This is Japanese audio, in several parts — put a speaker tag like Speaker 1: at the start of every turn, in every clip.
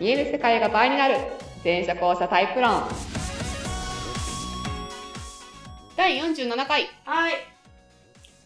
Speaker 1: 見える世界が倍になる全社交差タイプ論第47回、
Speaker 2: はい。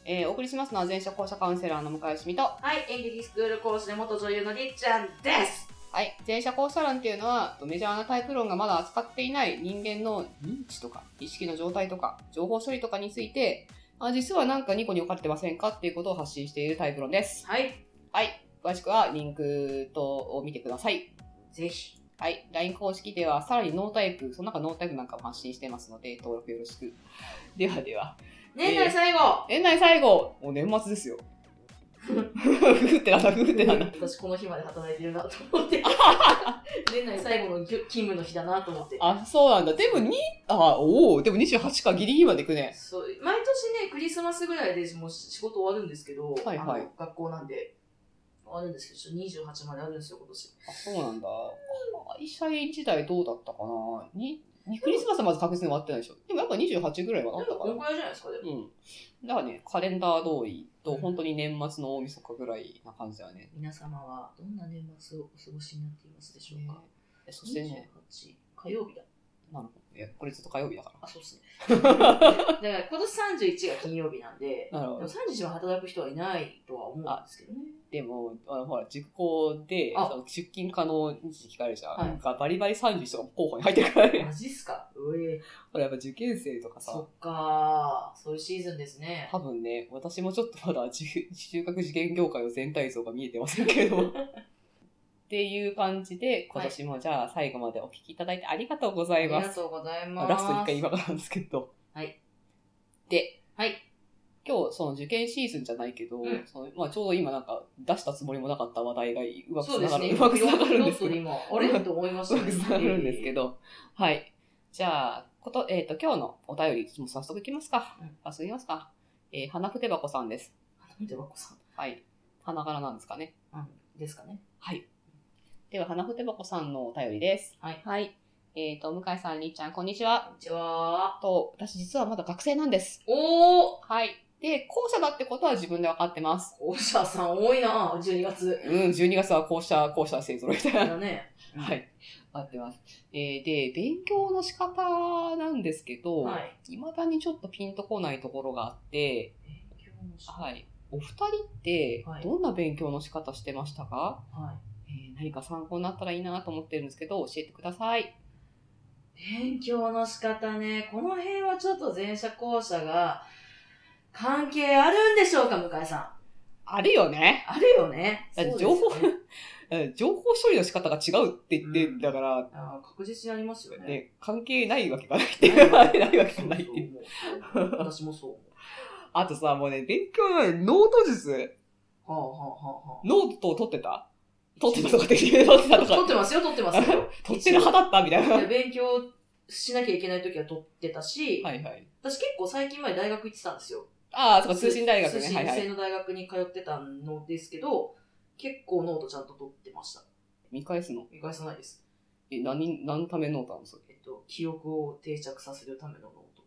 Speaker 1: えーお送りしますのは全社交差カウンセラーの向井しみとは
Speaker 2: はい。演劇スクール講師で元女優のりっちゃんです。
Speaker 1: い全社交差論っていうのはメジャーなタイプ論がまだ扱っていない人間の認知とか意識の状態とか情報処理とかについてあ実はなんかニコに置かれてませんかっていうことを発信しているタイプ論です
Speaker 2: はい。
Speaker 1: はい詳しくはリンク等を見てください
Speaker 2: ぜひ。
Speaker 1: はい。LINE 公式では、さらにノータイプ、その中ノータイプなんかも発信してますので、登録よろしく。ではでは。
Speaker 2: 年内最後、
Speaker 1: 年内最後もう年末ですよ。ふふってなんだ、ふふってなんだ。
Speaker 2: 私この日まで働いてるなと 思って。年内最後の勤務の日だなと思って。
Speaker 1: あ、そうなんだ。でも2、あ、おおでも28か、ギリギリまで行くね。
Speaker 2: そう毎年ね、クリスマスぐらいでもう仕事終わるんですけど、
Speaker 1: はいはい
Speaker 2: あの学校なんで。終わるんですけど、ちょっと28まであるんですよ、今年。
Speaker 1: あ、そうなんだ。会社員時代どうだったかなに、にクリスマスはまず確実に終わってないでしょ。でもやっぱ28ぐらいはなっ
Speaker 2: で
Speaker 1: た
Speaker 2: も
Speaker 1: か
Speaker 2: こ
Speaker 1: な
Speaker 2: の。くらいじゃないですか、でも。
Speaker 1: うん。だからね、カレンダー通りと、本当に年末の大晦日ぐらいな感じだよね。
Speaker 2: 皆様はどんな年末をお過ごしになっていますでしょうか、
Speaker 1: ねそしてね、
Speaker 2: 28火曜日だ。
Speaker 1: なるほど。いや、これずっと火曜日だから。
Speaker 2: あ、そうっすね。だから今年31が金曜日なんで、
Speaker 1: なる
Speaker 2: で
Speaker 1: ほ
Speaker 2: も
Speaker 1: ど。
Speaker 2: 31は働く人はいないとは思うんですけどね。
Speaker 1: でも、あのほら、塾校で、
Speaker 2: あ
Speaker 1: その出勤可能日時聞かれるじゃん。
Speaker 2: はい
Speaker 1: がバリバリ30とか候補に入ってるからね。
Speaker 2: マジっすかうえ、
Speaker 1: ほら、やっぱ受験生とかさ、
Speaker 2: そっかそういうシーズンですね。
Speaker 1: 多分ね、私もちょっとまだ中中学受験業界の全体像が見えてませんけど。っていう感じで、今年もじゃあ最後までお聞きいただいてありがとうござ
Speaker 2: あ
Speaker 1: い
Speaker 2: り
Speaker 1: ま
Speaker 2: が
Speaker 1: す。
Speaker 2: とうござい
Speaker 1: まあ
Speaker 2: ます。
Speaker 1: ラスト1回今からなんですけど。
Speaker 2: はい。
Speaker 1: で、
Speaker 2: はい。
Speaker 1: 今日その受験シーズンじゃないけど、
Speaker 2: うん
Speaker 1: そのまあ、ちょうど今なんか出したつもりもなかった話題がうまく
Speaker 2: そ
Speaker 1: つ
Speaker 2: うで
Speaker 1: なが
Speaker 2: す
Speaker 1: る
Speaker 2: ね。
Speaker 1: うまくつながるんですけ
Speaker 2: よ
Speaker 1: ど
Speaker 2: く。今、あれと思いまし た
Speaker 1: うまくつながるんですけ。ど。はい。じゃあ、こと、えっ、と、今日のお便り、もう早速いきますか
Speaker 2: うん。
Speaker 1: 早速いきますか。えー、花筆箱さんです。
Speaker 2: なんで和子さん。
Speaker 1: はい。花柄なんですかね。
Speaker 2: うん、ですかね。
Speaker 1: はい。では、花筆箱さんのお便りです。
Speaker 2: はい。
Speaker 1: はい。えっ、と、向井さん、りっちゃん、こんにちは
Speaker 2: こ。んにちは。
Speaker 1: と、私実はまだ学生なんです。
Speaker 2: おー
Speaker 1: はい。で、校舎だってことは自分で分かってます。
Speaker 2: おしゃさん多いな12月。
Speaker 1: うん、12月は校舎、校舎生揃いみたいな。
Speaker 2: だね。
Speaker 1: はい。合ってます。えーで、勉強の仕方なんですけど、
Speaker 2: はい。
Speaker 1: 未だにちょっとピンとこないところがあって、
Speaker 2: 勉強のし
Speaker 1: はい。お二人って
Speaker 2: はい、
Speaker 1: どんな勉強の仕方してましたか、
Speaker 2: はい。
Speaker 1: えー何か参考になったらいいなと思ってるんですけど、教えてください。
Speaker 2: 勉強の仕方ね、この辺はちょっと前者後者が関係あるんでしょうか、向井さ
Speaker 1: あるよね。
Speaker 2: ん。あるよね。
Speaker 1: だって
Speaker 2: そうですよね
Speaker 1: えー情報処理の仕方が違うって言って、
Speaker 2: うん
Speaker 1: だから、
Speaker 2: あー確実にありますよね。
Speaker 1: ね、関係ないわけがないっていう、 ないわけがないっていう。
Speaker 2: そうそうそう私もそう思
Speaker 1: あとさ、もうね、勉強のねノート術、
Speaker 2: う。はあはあはあはあ。
Speaker 1: ノートを取ってた取ってたとかって言って取ってたとか。
Speaker 2: 撮。ってますよ、撮ってますよ
Speaker 1: 取ってる派だったみたい
Speaker 2: 一
Speaker 1: な。
Speaker 2: 応
Speaker 1: はい
Speaker 2: や勉強しなきゃいけない時は撮ってたし、
Speaker 1: はい。
Speaker 2: 私結構最近まで大学行ってたんですよ。
Speaker 1: ああ、そうか、通信大学
Speaker 2: 通
Speaker 1: ね。はい
Speaker 2: 信
Speaker 1: はい
Speaker 2: 制。の大学に通ってたのですけど、結構ノートちゃんと撮ってました。
Speaker 1: 見返すの
Speaker 2: 見返さないです。
Speaker 1: え、何、何のための歌なんですか
Speaker 2: えっと、記憶を定着させるためのノート。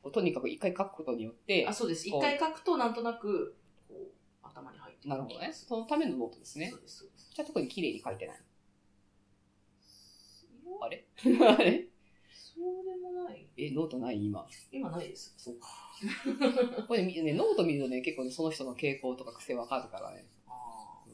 Speaker 1: あーとにかく一回書くことによって
Speaker 2: あ、、そうです。
Speaker 1: こう
Speaker 2: 一回書くと、なんとなく、こう、頭に入ってく
Speaker 1: なるほどね。そのためのノートですね
Speaker 2: そう。です、そうです。
Speaker 1: じゃあ特に綺麗に書いてない。あれあれ
Speaker 2: そうでもない。
Speaker 1: え、ノートない今。
Speaker 2: 今ないです。
Speaker 1: そう か。これね、ノート見るとね、結構ね、その人の傾向とか癖わかるからね。
Speaker 2: ああ。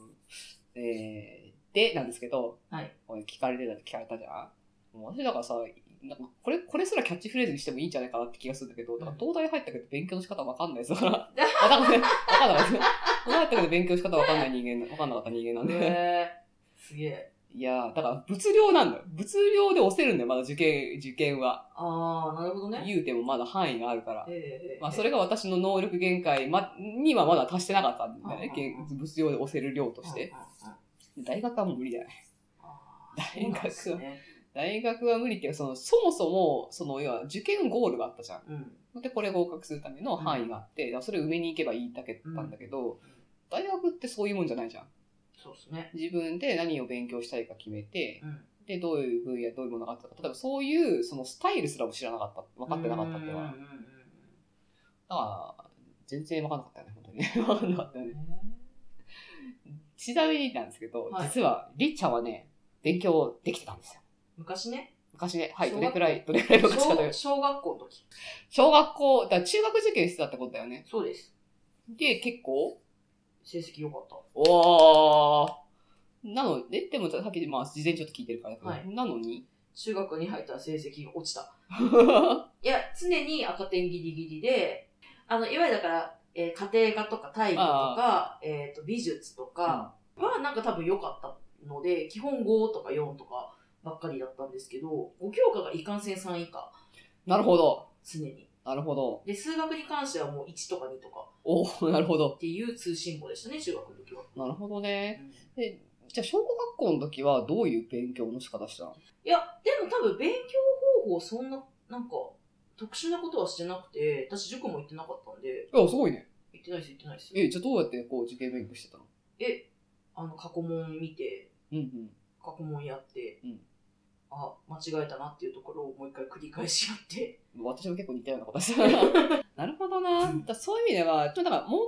Speaker 1: えー、で、なんですけど、
Speaker 2: はい
Speaker 1: これ聞かれてた、聞かれたじゃん。もう私だからさ、なんかこれ、これすらキャッチフレーズにしてもいいんじゃないかなって気がするんだけど、だから東大入ったけど勉強の仕方わかん ないですから。わかんない。わかんなかった。東大入ったけど勉強の仕方わかんない人間、わかんなかった人間なん で。
Speaker 2: へえ。すげえ。
Speaker 1: いやー、だから物量なんだよ。物量で押せるんだよ、まだ受験、受験は。
Speaker 2: ああ、なるほどね。
Speaker 1: 言うてもまだ範囲があるから
Speaker 2: え。え
Speaker 1: まあ、それ
Speaker 2: れ
Speaker 1: が私の能力限界まにはまだ達してなかったんだよね。
Speaker 2: うんうんうん
Speaker 1: 物量で押せる量として。。
Speaker 2: ああ
Speaker 1: 大学はもう無理だよね。
Speaker 2: ああ
Speaker 1: 大学は
Speaker 2: そうなんですね。
Speaker 1: 大学は無理っていうか、その、そもそも、その、要は、受験ゴールがあったじゃ
Speaker 2: うん。
Speaker 1: ん。で、これ合格するための範囲があって、だからそれを埋めに行けばいいだけだったんだけど、大学ってそういうもんじゃないじゃん。
Speaker 2: そうですね。
Speaker 1: 自分で何を勉強したいか決めて、
Speaker 2: うん。
Speaker 1: で、どういう分野、どういうものがあったか。例えば、そういう、その、スタイルすらも知らなかった。分かってなかったっていうのは。
Speaker 2: うん
Speaker 1: だ
Speaker 2: うんうんうん
Speaker 1: から、全然分かんなかったよね、本当にね。分かんなかったよね。ちなみになんですけど、
Speaker 2: はい
Speaker 1: 実は、りっちゃんはね、勉強できてたんですよ。
Speaker 2: 昔ね、
Speaker 1: 昔ね、はい、
Speaker 2: 小
Speaker 1: ど
Speaker 2: 学
Speaker 1: れくらい、どれくらい昔かとい
Speaker 2: 小
Speaker 1: う。
Speaker 2: 小学校の時。
Speaker 1: 小学校、だから中学受験してたってことだよね。
Speaker 2: そうです。
Speaker 1: で、結構
Speaker 2: 成績良かった。
Speaker 1: おー。なので、でもさっき、まあ、事前にちょっと聞いてるから、
Speaker 2: はい
Speaker 1: なのに
Speaker 2: 中学に入ったら成績が落 ちた。いや、常に赤点ギリギリで、あの、いわゆるだから、えー家庭科とか体育とか、えっ、と、美術とかはなんか多分良かったので、基本5とか4とかばっかりだったんですけど、5教科がいかんせん3以下、
Speaker 1: なるほど。
Speaker 2: 常に。
Speaker 1: なるほど。
Speaker 2: で、数学に関してはもう1とか2とか
Speaker 1: おー、なるほど
Speaker 2: っ。ていう通信簿でしたね、中学の時は。
Speaker 1: なるほどね。
Speaker 2: うん
Speaker 1: で、じゃあ、小学校の時はどういう勉強の仕方したの
Speaker 2: いや、でも多分勉強方法そんな、なんか、特殊なことはしてなくて、私塾も行ってなかったんで、
Speaker 1: いや、すごいね。
Speaker 2: 行ってないです、行ってないです。
Speaker 1: え、じゃあどうやってこう受験勉強してたの
Speaker 2: え、あの、過去問見て、
Speaker 1: うんうん。
Speaker 2: 過去問やって、
Speaker 1: うん
Speaker 2: あ、間違えたなっていうところをもう一回繰り返しやって、
Speaker 1: 私も結構似たような ことした。なるほどな。だからそういう意味では、ちょっとなんか問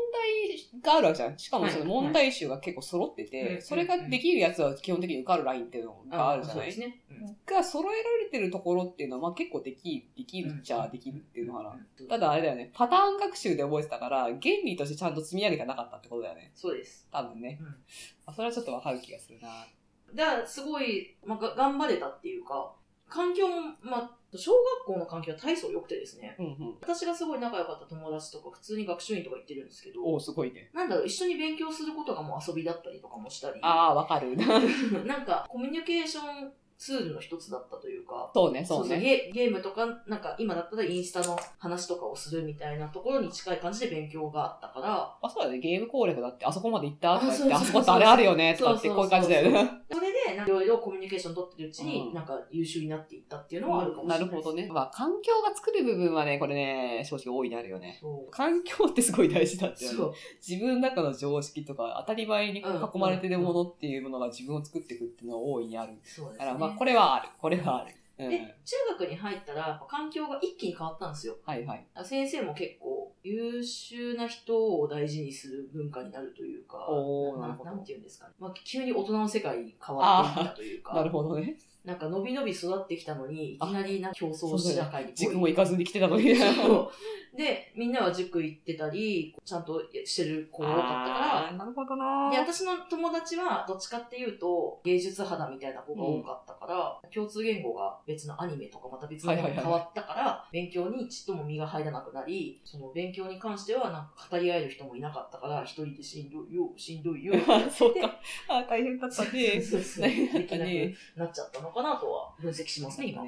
Speaker 1: 題があるわけじゃん。しかもその
Speaker 2: はい
Speaker 1: 問題集が結構揃ってて、
Speaker 2: うん
Speaker 1: それができるやつは基本的に受かるラインっていうのがあるじゃ
Speaker 2: そう
Speaker 1: な
Speaker 2: で
Speaker 1: い
Speaker 2: すね。うん
Speaker 1: が揃えられてるところっていうのは、まあ、結構でき、できるっちゃできるっていうのかな。
Speaker 2: うん
Speaker 1: ただあれだよね、パターン学習で覚えてたから、原理としてちゃんと積み上げがなかったってことだよね。
Speaker 2: そうです。
Speaker 1: 多分ね。あそれはちょっとわかる気がするな。
Speaker 2: だから、すごい、まあ、が頑張れたっていうか、環境も、まあ、小学校の環境は大層良くてですね、
Speaker 1: うんうん。
Speaker 2: 私がすごい仲良かった友達とか、普通に学習院とか行ってるんですけど、
Speaker 1: おおすごいね。
Speaker 2: なんだろう、一緒に勉強することがもう遊びだったりとかもしたり、
Speaker 1: ああ、わかる。
Speaker 2: なんかコミュニケーションツールの一つだったというか、
Speaker 1: そうね、そう
Speaker 2: そう
Speaker 1: ね。
Speaker 2: ゲゲームとか、なんか今だったらインスタの話とかをするみたいなところに近い感じで勉強があったから、
Speaker 1: あ、そうだね。ゲーム攻略だって、あそこまで行ったとか言って、
Speaker 2: あ
Speaker 1: あ
Speaker 2: そう
Speaker 1: そ
Speaker 2: そ
Speaker 1: こ
Speaker 2: うそう
Speaker 1: ってあれあるよねとかって、
Speaker 2: そう
Speaker 1: こう
Speaker 2: そ
Speaker 1: いう
Speaker 2: そう
Speaker 1: う感じだよね。
Speaker 2: それでなんかいろいろコミュニケーション取ってるうち
Speaker 1: う
Speaker 2: に、
Speaker 1: ん
Speaker 2: なんか優秀になっていったっていうのは あるかもしれ
Speaker 1: な
Speaker 2: ない
Speaker 1: る
Speaker 2: です。
Speaker 1: ほどね。まあ、環境が作る部分はね、これね、正直大いにあるよね。
Speaker 2: そう。
Speaker 1: 環境ってすごい大事だって、ね
Speaker 2: そ、う。
Speaker 1: 自分の中の常識とか当たり前に囲まれてるものっていうものが自分を作っていくっていうのは大いにある。
Speaker 2: そう
Speaker 1: だ
Speaker 2: です
Speaker 1: から
Speaker 2: ね。
Speaker 1: まあこれはある。これはある。うん。
Speaker 2: で、中学に入ったらやっぱ環境が一気に変わったんですよ。
Speaker 1: はいはい。
Speaker 2: 先生も結構優秀な人を大事にする文化になるというか、
Speaker 1: おー
Speaker 2: な
Speaker 1: なるほど
Speaker 2: んていうんですかね。まあ、急に大人の世界に変わっていったという
Speaker 1: なる
Speaker 2: か、
Speaker 1: ほどね。
Speaker 2: なんか伸び伸び育ってきたのに、いきなりな競争社会に。
Speaker 1: 自分も行かずに来てたのに。
Speaker 2: そうで、みんなは塾行ってたり、ちゃんとしてる子が多かったか
Speaker 1: あーなるほど
Speaker 2: ら、
Speaker 1: な
Speaker 2: で、私の友達はどっちかっていうと芸術肌みたいな子が多かったから、共通言語が別のアニメとかまた別のものに変わったから、勉強にちっとも身が入らなくなり、その勉強に関してはなんか語り合える人もいなかったから、一人でしんどいよ、しんど いよ、って言って
Speaker 1: そうか。 あー大変だったね。
Speaker 2: そうそうそう
Speaker 1: 大変だ
Speaker 2: で
Speaker 1: っ
Speaker 2: き
Speaker 1: た
Speaker 2: な
Speaker 1: ね
Speaker 2: くなっちゃったのかなとは分析しますね、今。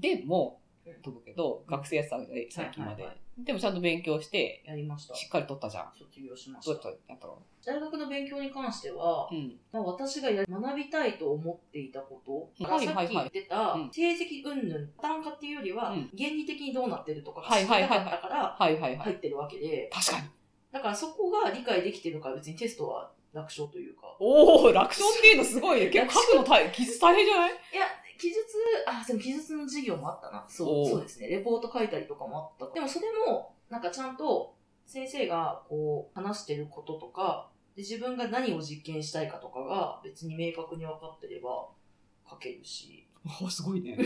Speaker 1: でも
Speaker 2: うん、
Speaker 1: 飛ぶけど、学生やってたわけで、最近まで
Speaker 2: はいはい。
Speaker 1: でもちゃんと勉強して、
Speaker 2: やりました。
Speaker 1: しっかり取ったじゃん。
Speaker 2: 卒業しま
Speaker 1: どうや
Speaker 2: し。
Speaker 1: ったてやったの
Speaker 2: 大学の勉強に関しては
Speaker 1: う、ん。
Speaker 2: まあ、私がや学びたいと思っていたこと、
Speaker 1: はい
Speaker 2: さ
Speaker 1: は
Speaker 2: っ
Speaker 1: い
Speaker 2: き
Speaker 1: はい
Speaker 2: 言ってた
Speaker 1: うん
Speaker 2: 成績云々単価っていうよりは、
Speaker 1: うん
Speaker 2: 原理的にどうなってるとかが
Speaker 1: は
Speaker 2: 知
Speaker 1: い
Speaker 2: り
Speaker 1: はい
Speaker 2: た
Speaker 1: はいはい
Speaker 2: かったから
Speaker 1: はいはいは
Speaker 2: 入
Speaker 1: い。
Speaker 2: ってるわけで、
Speaker 1: 確かに。
Speaker 2: だからそこが理解できてるから別にテストは楽勝というか
Speaker 1: おお楽勝っていうのすご いね。結構書くの大技術大変じゃない
Speaker 2: いや記述あでも記述の授業もあったな
Speaker 1: お
Speaker 2: そううそうですねレポート書いたりとかもあったでもそれもなんかちゃんと先生がこう話してることとかで自分が何を実験したいかとかが別に明確に分かってれば書けるし
Speaker 1: おすごいね。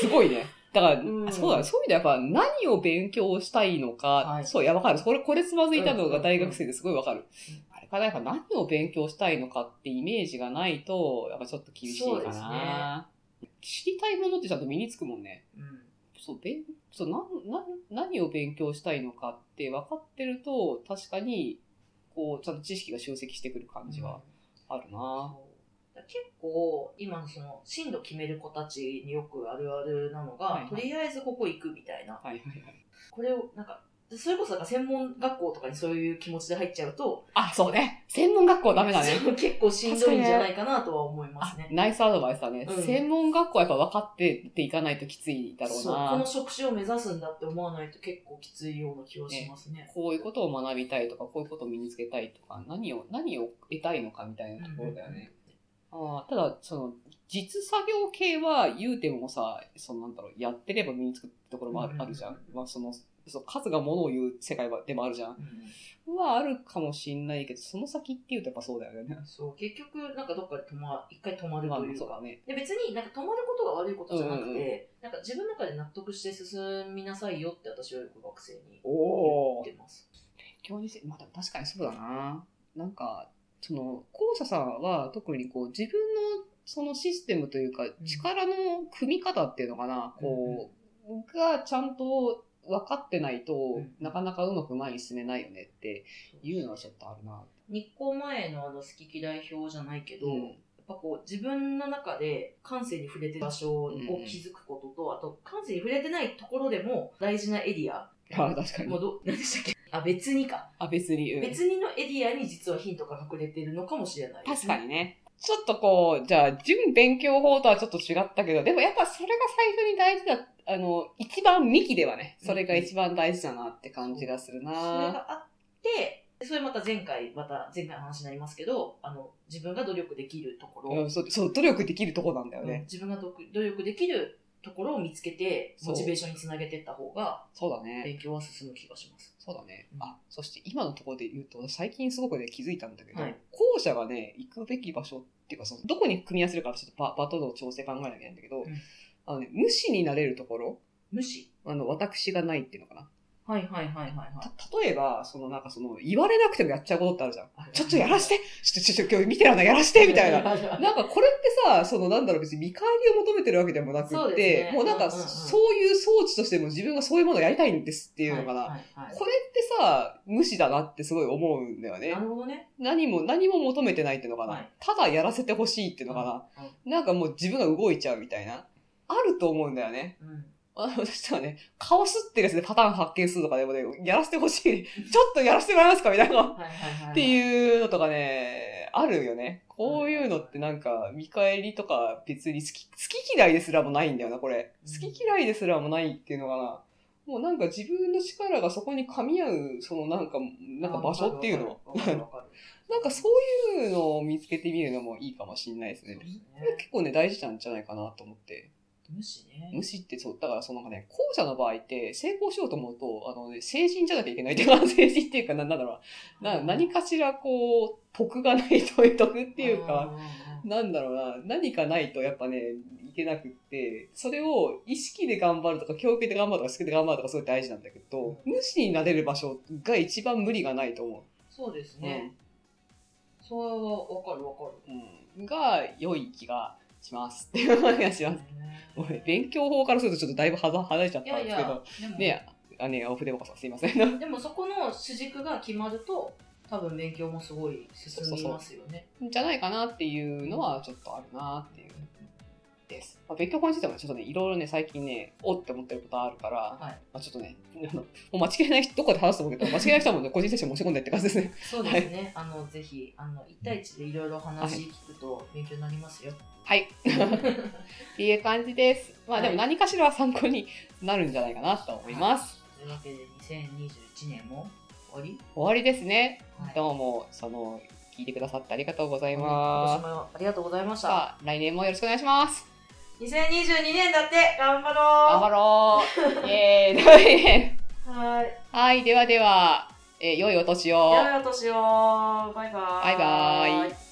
Speaker 1: すごいね。だから、
Speaker 2: うん
Speaker 1: そうだね。そういう意味でやっぱ何を勉強したいのか、
Speaker 2: はい
Speaker 1: そう、いや、わかる。これ、これつまずいたの
Speaker 2: うんうんう
Speaker 1: が
Speaker 2: ん
Speaker 1: 大学生ですごいわかる。
Speaker 2: うん
Speaker 1: あれかな、やっぱ何を勉強したいのかってイメージがないと、やっぱちょっと厳しい
Speaker 2: そう
Speaker 1: か
Speaker 2: です
Speaker 1: な。知りたいものってちゃんと身につくもんね。
Speaker 2: うん
Speaker 1: そう、べんそうなんなん何を勉強したいのかって分かってると、確かに、こう、ちゃんと知識が集積してくる感じはあるな。
Speaker 2: そう結構今のその進路決める子たちによくあるあるなのが、
Speaker 1: はいはい
Speaker 2: とりあえずここ行くみたいな
Speaker 1: はいはいはい。
Speaker 2: これをなんかそれこそなんか専門学校とかにそういう気持ちで入っちゃうと、
Speaker 1: あ、そうね。専門学校ダメだね。
Speaker 2: そう結構しんどいんじゃないかなとは思いま
Speaker 1: あ
Speaker 2: すね。
Speaker 1: ナイスアドバイスだね。
Speaker 2: うん
Speaker 1: 専門学校はやっぱ分かってっていかないときついだろう
Speaker 2: そうこ
Speaker 1: な
Speaker 2: の。職種を目指すんだって思わないと結構きついような気はしますね。
Speaker 1: こういうことを学びたいとか、こういうことを身につけたいとか、何を、何を得たいのかみたいなところだよね。あーただ、その、実作業系は言うてもさ、そのなんだろう、やってれば身につくってところもある,、
Speaker 2: うんうんう
Speaker 1: あ
Speaker 2: ん
Speaker 1: るじゃん。まあ、その、そう、数がものを言う世界はでもあるじゃん。
Speaker 2: うん
Speaker 1: はあるかもしんないけど、その先っていうとやっぱそうだよね。
Speaker 2: そう、結局、なんかどっかで止ま、一回止まる
Speaker 1: まあ
Speaker 2: とい、う
Speaker 1: そう
Speaker 2: か
Speaker 1: だ。ね。
Speaker 2: で、別になんか止まることが悪いことじゃなくて、
Speaker 1: うんうんう
Speaker 2: なんか自分の中で納得して進みなさいよって私はよく学生に
Speaker 1: お
Speaker 2: 言
Speaker 1: お
Speaker 2: っ。てます。
Speaker 1: 教にせ、まあでも確かにそうだな。なんか、その、校舎さんは特にこう、自分のそのシステムというか
Speaker 2: う、ん
Speaker 1: 力の組み方っていうのかな、こう、がちゃんと分かってないと、
Speaker 2: うん
Speaker 1: なかなかうまく前に進めないよねっていうのはちょっとあるな。
Speaker 2: 日光前のあの好き嫌い表じゃないけど、
Speaker 1: うん
Speaker 2: やっぱこう自分の中で感性に触れてる場所を
Speaker 1: うんうん
Speaker 2: 気づくことと、あと感性に触れてないところでも大事なエリア、
Speaker 1: ああ、確か
Speaker 2: も
Speaker 1: に
Speaker 2: う。ど、何でしたっけあ、別にか。
Speaker 1: あ、別に。うん
Speaker 2: 別にのエリアに実はヒントが隠れてるのかもしれないです
Speaker 1: 確
Speaker 2: ね、
Speaker 1: かにね。ちょっとこう、じゃあ、準勉強法とはちょっと違ったけど、でもやっぱそれが最初に大事だ、あの、一番幹ではね、それが一番大事だなって感じがする
Speaker 2: それ
Speaker 1: な
Speaker 2: があって、それまた前回、また前回の話になりますけど、あの、自分が努力できるところ、
Speaker 1: うん、そう、そう、努力できるとこなんだよ
Speaker 2: うん
Speaker 1: ね。
Speaker 2: 自分がど努力できるところを見つけて、
Speaker 1: そう
Speaker 2: モチベーションにつなげていった方が、
Speaker 1: そうだね。
Speaker 2: 勉強は進む気がします。
Speaker 1: そうだね
Speaker 2: う。ん
Speaker 1: あ、そして今のところで言うと、最近すごくね、気づいたんだけど、
Speaker 2: はい
Speaker 1: 校舎がね、行くべき場所っていうか、その、どこに組み合わせるかちょっと場場との調整考えなきゃいけないんだけど、
Speaker 2: ん
Speaker 1: あのね、無視になれるところ、
Speaker 2: 無視。
Speaker 1: あの、私がないっていうのかな。
Speaker 2: はいはいはいはいは
Speaker 1: た例えば、そのなんかその、言われなくてもやっちゃうことってあるじゃん。
Speaker 2: い。
Speaker 1: ちょっとやらしてちょっと、ちょっと今日見てらんないやらしてみたいな。
Speaker 2: な
Speaker 1: なんかこれってさ、そのなんだろう別に見返りを求めてるわけでもなく
Speaker 2: そう
Speaker 1: って、
Speaker 2: ですね
Speaker 1: もうなんか、
Speaker 2: うんうんうん
Speaker 1: そういう装置としても自分がそういうものをやりたいんですって
Speaker 2: て
Speaker 1: いうのかな。
Speaker 2: はいはいはい
Speaker 1: これってさ、無視だなってすごい思うんだよね
Speaker 2: な。るほどね。
Speaker 1: 何も、何も求めてないっていうのかな。
Speaker 2: はい
Speaker 1: ただやらせてほしいっていうのかな。なんかもう自分が動いちゃうみたいな。あると思うんだよね。
Speaker 2: うん。うん
Speaker 1: あの人はね、顔すってるやつでパターン発見するとかでもね、やらせてほし い。ちょっとやらせてもらえますかみたいな。
Speaker 2: はいはいはい。
Speaker 1: って
Speaker 2: う。
Speaker 1: いうのとかね、あるよね。こういうのってなんか、見返りとか別に好き、好き嫌いですらもないんだよな、これ。好き嫌いですらもないっていうのかな。もうなんか自分の力がそこに噛み合う、そのなんか、なんか場所っていうの。
Speaker 2: わかるわかるわかるわかる
Speaker 1: なんかそういうのを見つけてみるのもいいかもしれないです
Speaker 2: そう
Speaker 1: ね
Speaker 2: で。すね
Speaker 1: これ結構ね、大事なんじゃないかなと思って。
Speaker 2: 無視ね。
Speaker 1: 無視ってそう、だからそのなんかね、後者の場合って成功しようと思うと、あのね、成人じゃなきゃいけないっていう か、成人っていうか、ななんだろうな。な何かしらこう得がないという得っていうか、なんだろうな何かないとやっぱねいけなくってそれを意識で頑張るとか教育で頑張るとかスキルで頑張るとかすごい大事なんだけど、無視になれる場所が一番無理がないと思
Speaker 2: そうです
Speaker 1: う、
Speaker 2: ね。それはわかるわかる。
Speaker 1: うん、が良い気がしますっていう感じがします。俺勉強法からするとちょっとだいぶはざ離れちゃっ
Speaker 2: い
Speaker 1: たん
Speaker 2: や
Speaker 1: です
Speaker 2: い
Speaker 1: けど
Speaker 2: や、でも、
Speaker 1: ねあね青筆ぼかさんすいません
Speaker 2: でもそこの主軸が決まると、多分勉強もすごい進みますよね。
Speaker 1: じゃないかなっていうのはちょっとあるなっていう。です。まあ、勉強法についてもちょっとね、いろいろね、最近ね、おって思ってることあるから、
Speaker 2: はい。
Speaker 1: まあ、ちょっとね、あのもう間違いない人、どこかで話すと思うけど、間違いない人はもうね、個人セッション申し込んでって感じですね。
Speaker 2: そうですね。あの、ぜひ、あの、一対一でいろいろ話聞くと勉強になりますよ。
Speaker 1: はい。 っていう感じです。まあでも
Speaker 2: は
Speaker 1: 何かしらは参考になるんじゃないかなと思います。
Speaker 2: というわけで、2021年も終わ
Speaker 1: 終
Speaker 2: り
Speaker 1: わりですね。
Speaker 2: はい
Speaker 1: どうも、その、聞いてくださってありがとうござい
Speaker 2: 今
Speaker 1: ま
Speaker 2: 年
Speaker 1: す。
Speaker 2: もありがとうございました。
Speaker 1: さあ、来年もよろしくお願いします。
Speaker 2: 2022年だって頑張
Speaker 1: 頑
Speaker 2: ろ
Speaker 1: 張ろう。イ エーイ。
Speaker 2: うはい。
Speaker 1: はい、ではでは、えー良いお年を。
Speaker 2: 良いお年を。バイバーイ。
Speaker 1: バイバーイ。